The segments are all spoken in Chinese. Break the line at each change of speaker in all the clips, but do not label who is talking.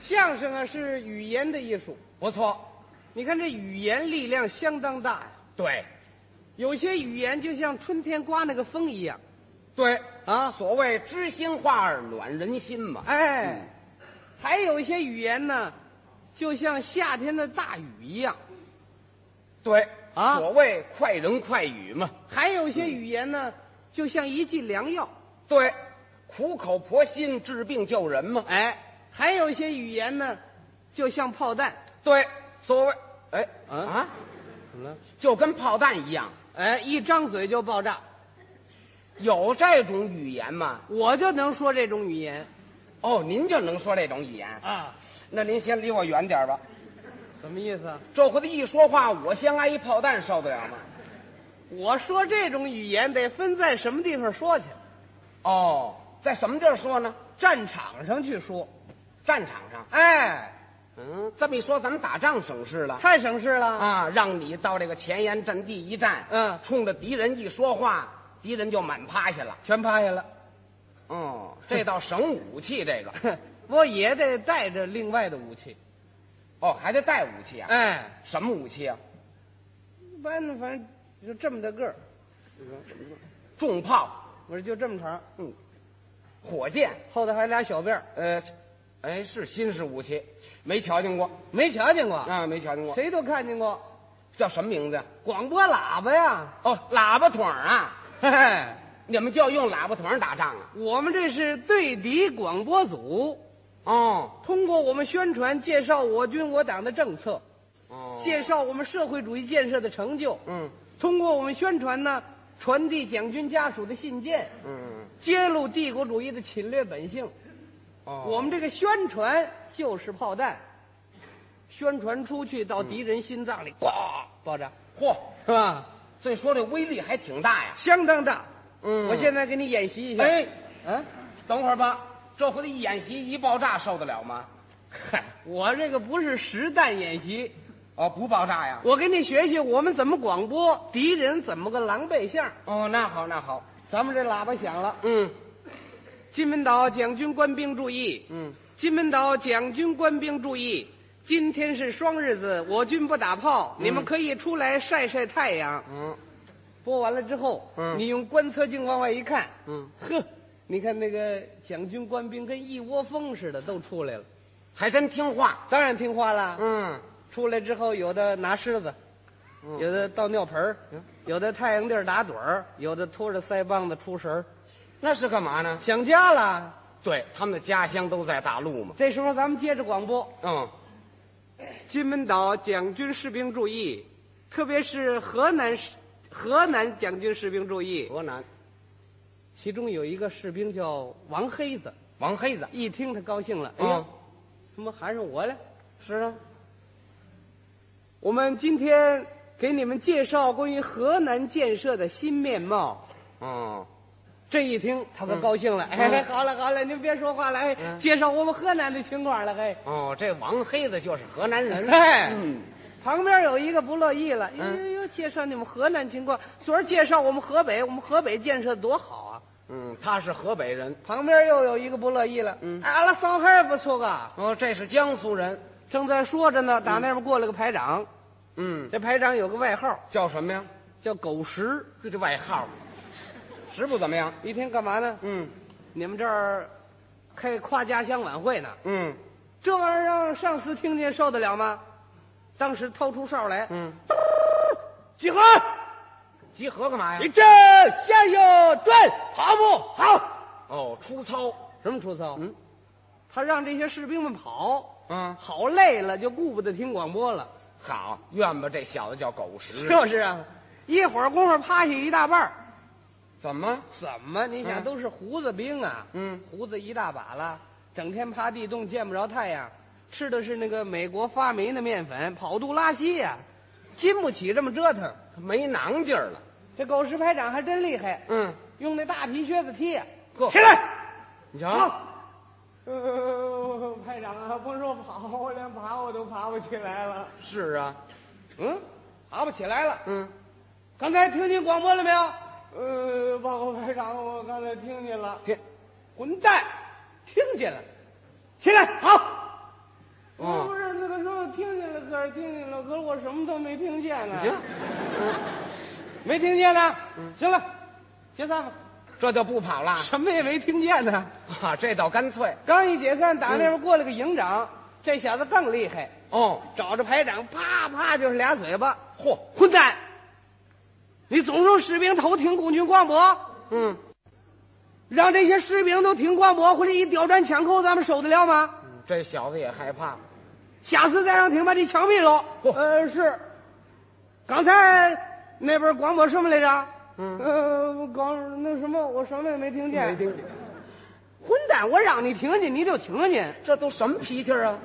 相声啊是语言的艺术，
不错，
你看这语言力量相当大呀、
对，
有些语言就像春天刮那个风一样。
对
啊
所谓知心话儿暖人心嘛。
哎，还有一些语言呢，就像夏天的大雨一样。
对
啊
所谓快人快语嘛。
还有一些语言呢，就像一剂良药。
对，苦口婆心治病救人嘛。
哎，还有一些语言呢，就像炮弹。
对，所谓哎
啊
啊，
怎么了？
就跟炮弹一样，
哎，一张嘴就爆炸，
有这种语言吗？
我就能说这种语言
哦，您就能说这种语言？
啊？
那您先离我远点儿吧。
什么意思啊？
这回子一说话，我先挨一炮弹，受得了吗？
我说这种语言得分在什么地方说去？
哦，在什么地儿说呢？
战场上去说。
战场上。
哎，
嗯，这么一说，咱们打仗省事了。
太省事了啊！
啊，让你到这个前沿阵地一站，
嗯
冲着敌人一说话，敌人就满趴下了。
全趴下了。哦
嗯，这倒省武器，这个
我也得带着另外的武器。
哦，还得带武器啊？
哎，
什么武器啊？
一般的反正就这么大个儿，
重炮，
我说就这么长，
嗯，火箭，
后头还俩小辫儿，
呃，哎，是新式武器，没瞧见过
没瞧见过，
啊，没瞧见过，
谁都看见过，
叫什么名字呀？
广播喇叭呀。
哦，喇叭筒儿啊，
嘿嘿，
你们就用喇叭筒儿打仗啊？
我们这是对敌广播组，
哦，
通过我们宣传介绍我军我党的政策，
哦，
介，绍我们社会主义建设的成就，
嗯
通过我们宣传呢，传递蒋军家属的信件，
嗯，
揭露帝国主义的侵略本性。
哦，
我们这个宣传就是炮弹，宣传出去到敌人心脏里，
嗯
咣、爆炸，
哦嚯，
是吧？
所以说这威力还挺大呀。
相当大。
嗯
我现在给你演习一下。
哎，
啊，
等会儿吧，这回的一演习一爆炸受得了吗？嗨，
我这个不是实弹演习，
哦，不爆炸呀？
我给你学学我们怎么广播，敌人怎么个狼狈相。
哦，那好，那好，
咱们这喇叭响了，
嗯
金门岛蒋军官兵注意，
嗯，
金门岛蒋军官兵注意。今天是双日子，我军不打炮，
嗯
你们可以出来晒晒太阳。
嗯
播完了之后，
嗯
你用观测镜往外一看，
嗯，
呵，你看那个蒋军官兵跟一窝蜂似的都出来了，
还真听话。
当然听话了。
嗯，
出来之后，有的拿狮子，
嗯
有的倒尿盆儿
嗯，
有的太阳地儿打盹儿，有的拖着腮帮子出神儿，
那是干嘛呢？
想家了。
对，他们的家乡都在大陆嘛。
这时候咱们接着广播：
嗯，
金门岛蒋军士兵注意，特别是河南士河南蒋军士兵注意。
河南
其中有一个士兵叫王黑子，
王黑子。
一听他高兴了，哎呀
嗯，，
怎么喊上我了？
是啊。
我们今天给你们介绍关于河南建设的新面貌。
哦，
这一听，他可高兴了。
嗯
哎，好了好了，您别说话了，哎，
嗯
介绍我们河南的情况了，嘿、
哦，这王黑子就是河南人。
哎
嗯，
旁边有一个不乐意了，
嗯
呦呦呦，介绍你们河南情况，昨儿介绍我们河北，我们河北建设多好啊。
嗯，他是河北人。
旁边又有一个不乐意了，
嗯
啊，那上海不错啊。
哦，这是江苏人。
正在说着呢，打那边过来个排长，
嗯，
这排长有个外号
叫什么呀？
叫狗食，
就这外号，实不怎么样。
一听干嘛呢？
嗯
你们这儿开夸家乡晚会呢，
嗯
这玩意儿让上司听见受得了吗？当时掏出哨来，
嗯，
集合，
集合干嘛呀？
阵，向右转，跑步好。
哦，出操。
什么出操？
嗯
他让这些士兵们跑，
嗯，
跑累了就顾不得听广播了。
好，怨吧这小子叫狗食。
就是啊，一会儿功夫趴下一大半儿
怎么？
怎么？你想
嗯
都是胡子兵啊，
嗯
胡子一大把了，整天趴地洞见不着太阳，吃的是那个美国发霉的面粉，跑肚拉稀呀、经不起这么折腾。
他没囊劲儿了。
这狗石排长还真厉害，
嗯，
用那大皮靴子踢呀、
呵
起来，
你
跑
瞧，。
呃，排长啊，甭说跑，我连爬我都爬不起来了。
是啊，
嗯，爬不起来了。
嗯，
刚才听见广播了没有？呃，报告排长，我刚才听见了。
天，啊
混蛋，听见了，起来，好，
哦
听见了，可是听见了，可是我什么都没听见呢。
行，
没听见呢。
嗯
行了，解散吧，
这就不跑了。
什么也没听见呢。
啊，这倒干脆。
刚一解散，打那
嗯
边过来个营长，这小子更厉害，
哦，
找着排长，啪啪就是俩嘴巴。
嚯，
混蛋！你总说士兵头停共军光脖，
嗯，
让这些士兵都停光脖，回来一挑战抢扣，咱们守得了吗？
嗯这小子也害怕。
下次再让停，把这枪毙喽。
嚯
呃，是。刚才那边广播什么来着？
嗯
呃，广那什么，我什么也没听见。
没听见，
混蛋！我让你停去，你就停去。
这都什么脾气儿啊？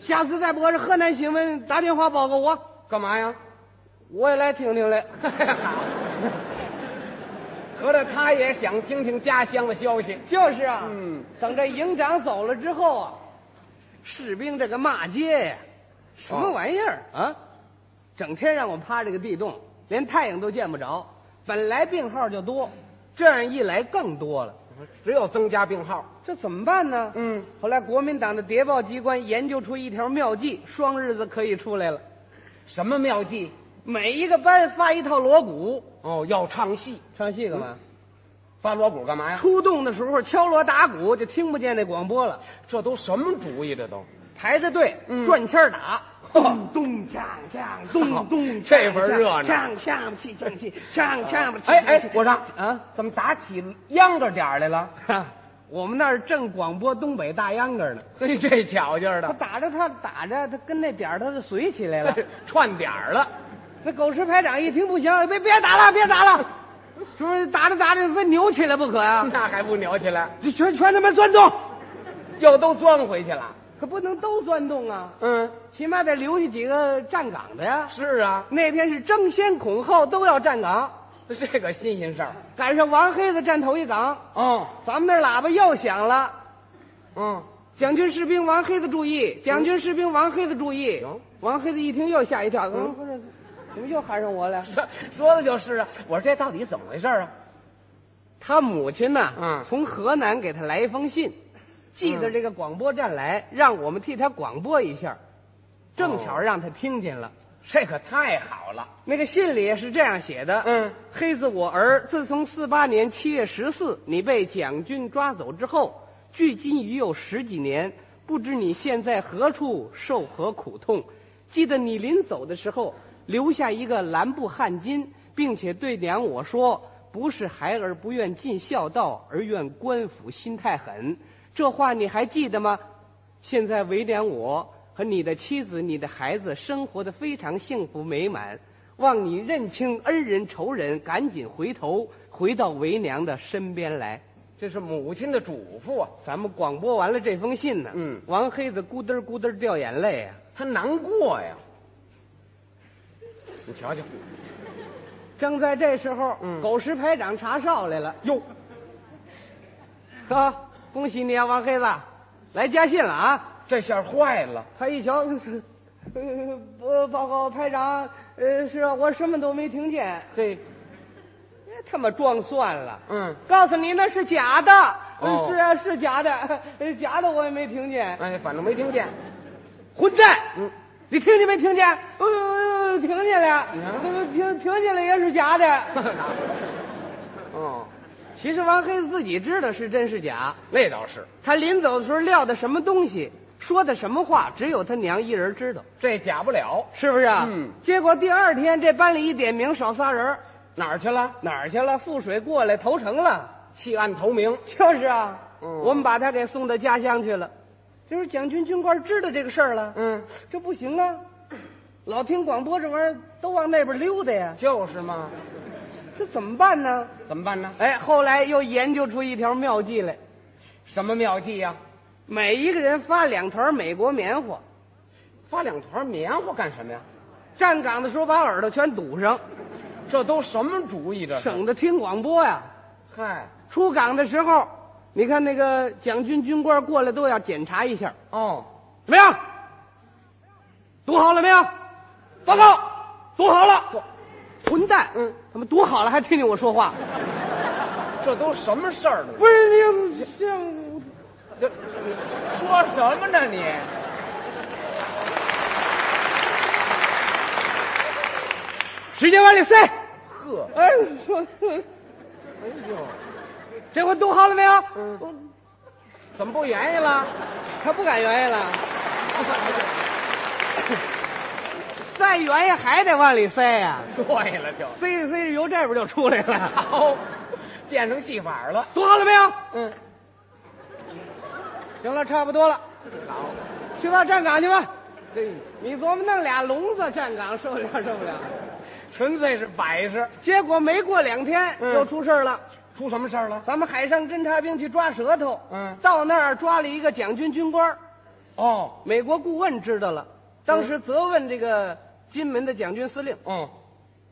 下次再不合适，河南新闻打电话报告我，
干嘛呀？
我也来听听来。
好，合着他也想听听家乡的消息。
就是啊，
嗯，
等这营长走了之后啊，士兵这个骂街呀，什么玩意儿、啊？整天让我趴这个地洞，连太阳都见不着。本来病号就多，这样一来更多了，
只有增加病号。
这怎么办呢？
嗯，
后来国民党的谍报机关研究出一条妙计，双日子可以出来了。
什么妙计？
每一个班发一套锣鼓，
哦，要唱戏，
唱戏干嘛？
翻锣鼓干嘛呀？
嗯出动的时候敲锣打鼓，就听不见那广播了。
这都什么主意？这都
排着队、
嗯
转圈儿打，
呵
咚锵锵咚咚，
这门热闹
锵锵气锵气，锵锵吧
哎哎，我说
啊，
怎么打起秧歌点儿来了？
哈我们那儿正广播东北大秧歌呢。
嘿，这巧劲儿
他
的，
打着他打着，他跟那点儿他就随起来了。
串点儿了。
那狗吃排长一听不行，别别打了，别打了，是不是？打着打着非扭起来不可呀、
那还不扭起来？
这全全他妈钻洞，
又都钻回去了。
可不能都钻洞啊，
嗯，
起码得留下几个站岗的呀。
是啊，
那天是争先恐后都要站岗。
这个新鲜事儿。
赶上王黑子站头一岗，
哦，
咱们那儿喇叭又响了。
嗯，
蒋军士兵王黑子注意！蒋军士兵王黑子注意
行！
王黑子一听又吓一跳，
嗯
嗯，不是，怎么又喊上我了？
说说的就是啊。我说这到底怎么回事儿啊？
他母亲呢？
嗯
从河南给他来一封信，寄到这个广播站来，让我们替他广播一下。正巧让他听见了。
这可太好了。
那个信里是这样写的：
嗯，
黑子我儿，自从四八年七月十四你被蒋军抓走之后，距今已有十几年，不知你现在何处受何苦痛。记得你临走的时候留下一个蓝布汗巾，并且对娘我说：“不是孩儿不愿尽孝道，而愿官府心太狠。”这话你还记得吗？现在为娘我和你的妻子、你的孩子生活的非常幸福美满，望你认清恩人仇人，赶紧回头回到为娘的身边来。
这是母亲的嘱咐啊，
咱们广播完了这封信呢，
嗯
王黑子咕嘚咕嘚掉眼泪啊，
她难过呀。你瞧瞧，
正在这时候，
嗯
狗石排长查哨来了，
哟，
呵，恭喜你啊，王黑子，来家信了啊！
这下坏了。
他一瞧， 呃，报报告排长，呃，是啊，我什么都没听见，
嘿，
别他妈装蒜了。
嗯，
告诉你那是假的，
哦
是啊是假的，呃假的我也没听见。
哎，反正没听见。
混蛋！
嗯，
你听见没听见？呃，呃听见了，
嗯
呃听听见了也是假的。
哦，
其实王黑子自己知道是真是假，
那倒是。
他临走的时候撂的什么东西，说的什么话，只有他娘一人知道，
这假不了，
是不是啊？
嗯
结果第二天这班里一点名少仨人儿，
哪儿去了？
哪儿去了？富水过来投诚了。
弃暗投明。
就是啊，
嗯
我们把他给送到家乡去了。就是蒋军军官知道这个事儿了，
嗯，
这不行啊，老听广播这玩意儿都往那边溜达呀，
就是嘛。
这怎么办呢？
怎么办呢？
哎，后来又研究出一条妙计来，
什么妙计呀、
每一个人发两团美国棉花，
发两团棉花干什么呀？
站岗的时候把耳朵全堵上，
这都什么主意？这是
省得听广播呀。
嗨，
出岗的时候，你看那个蒋军军官过来都要检查一下，
哦，
怎么样？读好了没有？报告，读好了。混蛋，
嗯，
他们读好了还听听我说话，
这都什么事儿呢？
不是你这样，
这你说什么呢你？
使劲往里塞。
呵，
哎，说，
哎呦，
这回堵好了没有？
嗯
我
怎么不愿意了？
他不敢圆圆了，再圆圆还得往里塞呀、
对了就，
塞着塞着油这边就出来了。
好，变成戏法了。
堵好了没有？
嗯，
行了，差不多了，
好，
去吧，站岗去吧。
这
你琢磨弄俩聋子站岗，受得了受不了？
纯粹是摆设。
结果没过两天、
嗯
又出事儿了，
出什么事儿了？
咱们海上侦察兵去抓舌头，
嗯
到那儿抓了一个蒋军军官儿，
哦，
美国顾问知道了，当时责问这个金门的蒋军司令，
嗯，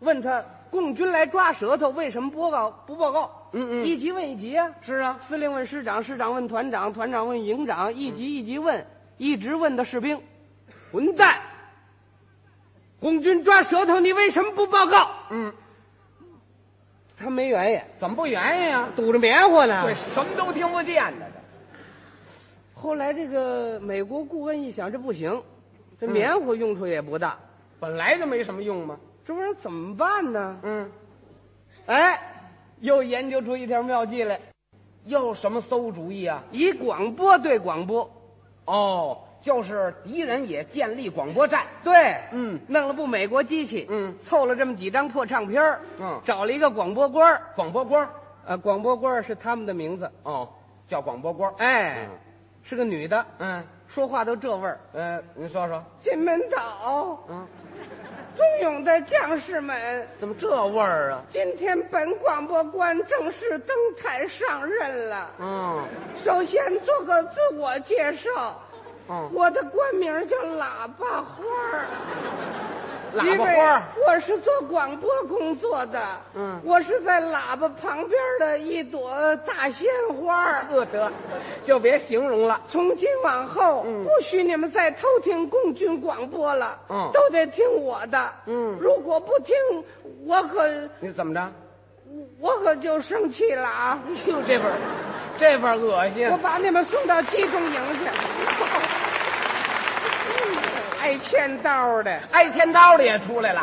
问他共军来抓舌头，为什么不报不报告？
嗯嗯
一级问一级啊。
是啊，
司令问师长，师长问团长，团长问营长，一级一级问，一直问到士兵。混蛋！共军抓舌头，你为什么不报告？
嗯，
他没原因，
怎么不愿意呀？
堵着棉花呢。
对，什么都听不见呢，这
后来这个美国顾问一想，这不行，
嗯
这棉花用处也不大，
本来就没什么用嘛。
这玩意儿怎么办呢？
嗯，
哎，又研究出一条妙计来，
又什么馊主意啊？
以广播对广播，
哦，就是敌人也建立广播站。
对，
嗯
弄了部美国机器，
嗯
凑了这么几张破唱片儿
嗯
找了一个广播官儿，
广播官。
呃，广播官儿是他们的名字，
哦，叫广播官。
哎，
嗯
是个女的，
嗯，
说话都这味儿。
呃，您说说。
金门岛，
嗯，
忠勇的将士们，
怎么这味儿啊？
今天本广播官正式登台上任了。
嗯
首先做个自我介绍，
嗯，
我的官名叫喇叭花儿。
喇叭花儿。
因为我是做广播工作的。
嗯
我是在喇叭旁边的一朵大鲜花儿。
不得，就别形容了。
从今往后，
嗯
不许你们再偷听共军广播了，
嗯
都得听我的。
嗯
如果不听，我可
你怎么着？
我可就生气了啊！
就这份儿，这份儿恶心
我。把你们送到集中营去。爱欠刀的，
挨千哎刀的也出来了。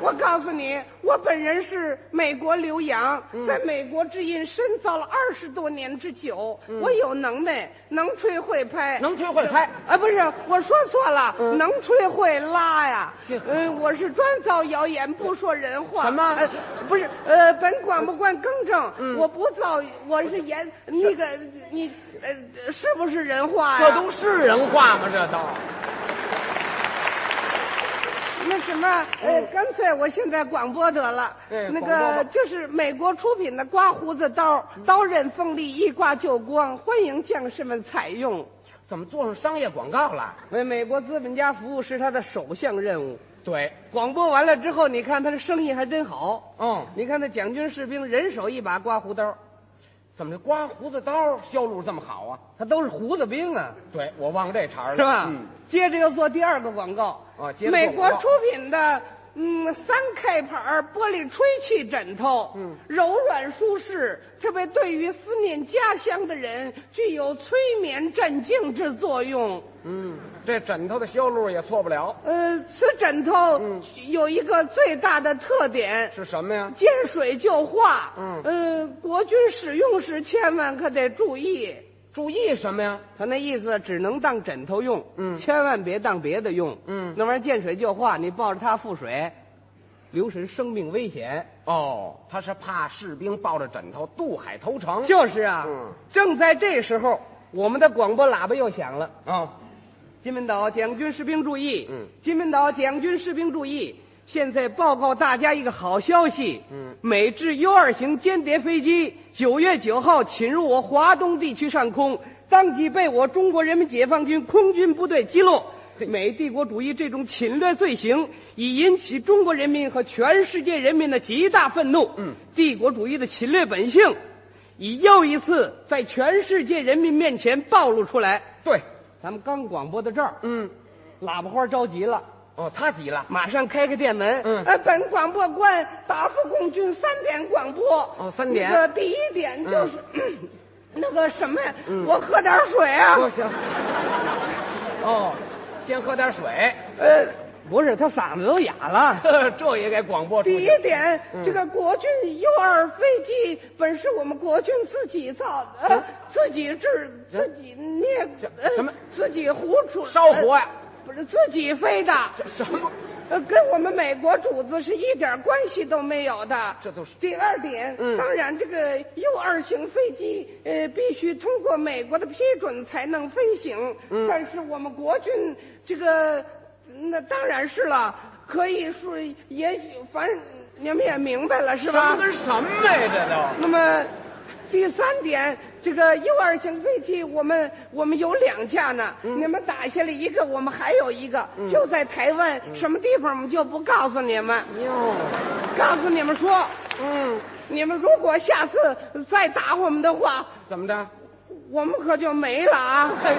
我告诉你，我本人是美国留洋，
嗯
在美国之音深造了二十多年之久，
嗯
我有能耐，能吹会拍，
能吹会拍
啊，不是，我说错了，
嗯
能吹会拉呀
这。
嗯，我是专造谣言，不说人话。
什么
呃，不是，呃，本广播官更正，
嗯
我不造，我是言那个你呃，是不是人话呀？
这都是人话吗？这都
那什么，呃，干脆我现在广播得了。
对
那
广播
个
吧
就是美国出品的刮胡子刀，刀刃锋利，一刮就光，欢迎将士们采用。
怎么做上商业广告了？
为美国资本家服务是他的首项任务。
对，
广播完了之后，你看他的生意还真好。
嗯，
你看那蒋军士兵人手一把刮胡刀，
怎么这刮胡子刀销路这么好啊？
他都是胡子兵啊，
对，我忘这茬儿了，
是吧？
嗯，
接着又做第二个广告，
啊接着做
美
广告
国出品的。嗯，三 K 牌儿玻璃吹气枕头，
嗯
柔软舒适，特别对于思念家乡的人具有催眠镇静之作用。
嗯，这枕头的销路也错不了，
呃，此枕头
嗯
有一个最大的特点，
是什么呀？
见水就化。
嗯
呃，国军使用时千万可得注意。
注意什么呀？
他那意思只能当枕头用，
嗯
千万别当别的用，
嗯
那玩意儿见水就化，你抱着它赴水，留神生命危险。
哦，他是怕士兵抱着枕头渡海投诚。
就是啊，
嗯
正在这时候，我们的广播喇叭又响了。
啊，
金门岛蒋军士兵注意，
嗯
金门岛蒋军士兵注意，现在报告大家一个好消息，
嗯
美制 U 二型间谍飞机九月九号侵入我华东地区上空，当即被我中国人民解放军空军部队击落。美帝国主义这种侵略罪行已引起中国人民和全世界人民的极大愤怒。
嗯，
帝国主义的侵略本性已又一次在全世界人民面前暴露出来。
对，
咱们刚广播到这儿，
嗯，
喇叭花着急了，
哦，他急了。
马上开开店门。
嗯
呃，本广播官答复共军三点广播。
哦三点
那个第一点就是、 那个什么呀，
嗯
我喝点水啊。
不行。哦，先喝点水。
呃，
不是，他嗓子都哑了。
这也给广播出
第
去
一。点，
嗯
这个国军 U 二飞机本是我们国军自己造的，呃，自己制、自己捏、呃
嗯什么
自己胡出
烧火呀
呃不是自己飞的，
什么？
呃，跟我们美国主子是一点关系都没有的。
这都是
第二点，
嗯
当然这个 U 二型飞机，呃，必须通过美国的批准才能飞行。
嗯
但是我们国军这个，那当然是了，可以说也反正你们也明白了是吧
什么？跟什么呀？这都
那么第三点，这个 U 二型飞机，我们我们有两架呢，你们打下了一个，我们还有一个，就在台湾、什么地方我们就不告诉你们，
哟，
告诉你们说，
嗯，
你们如果下次再打我们的话，
怎么着？
我们可就没了啊！
嘿，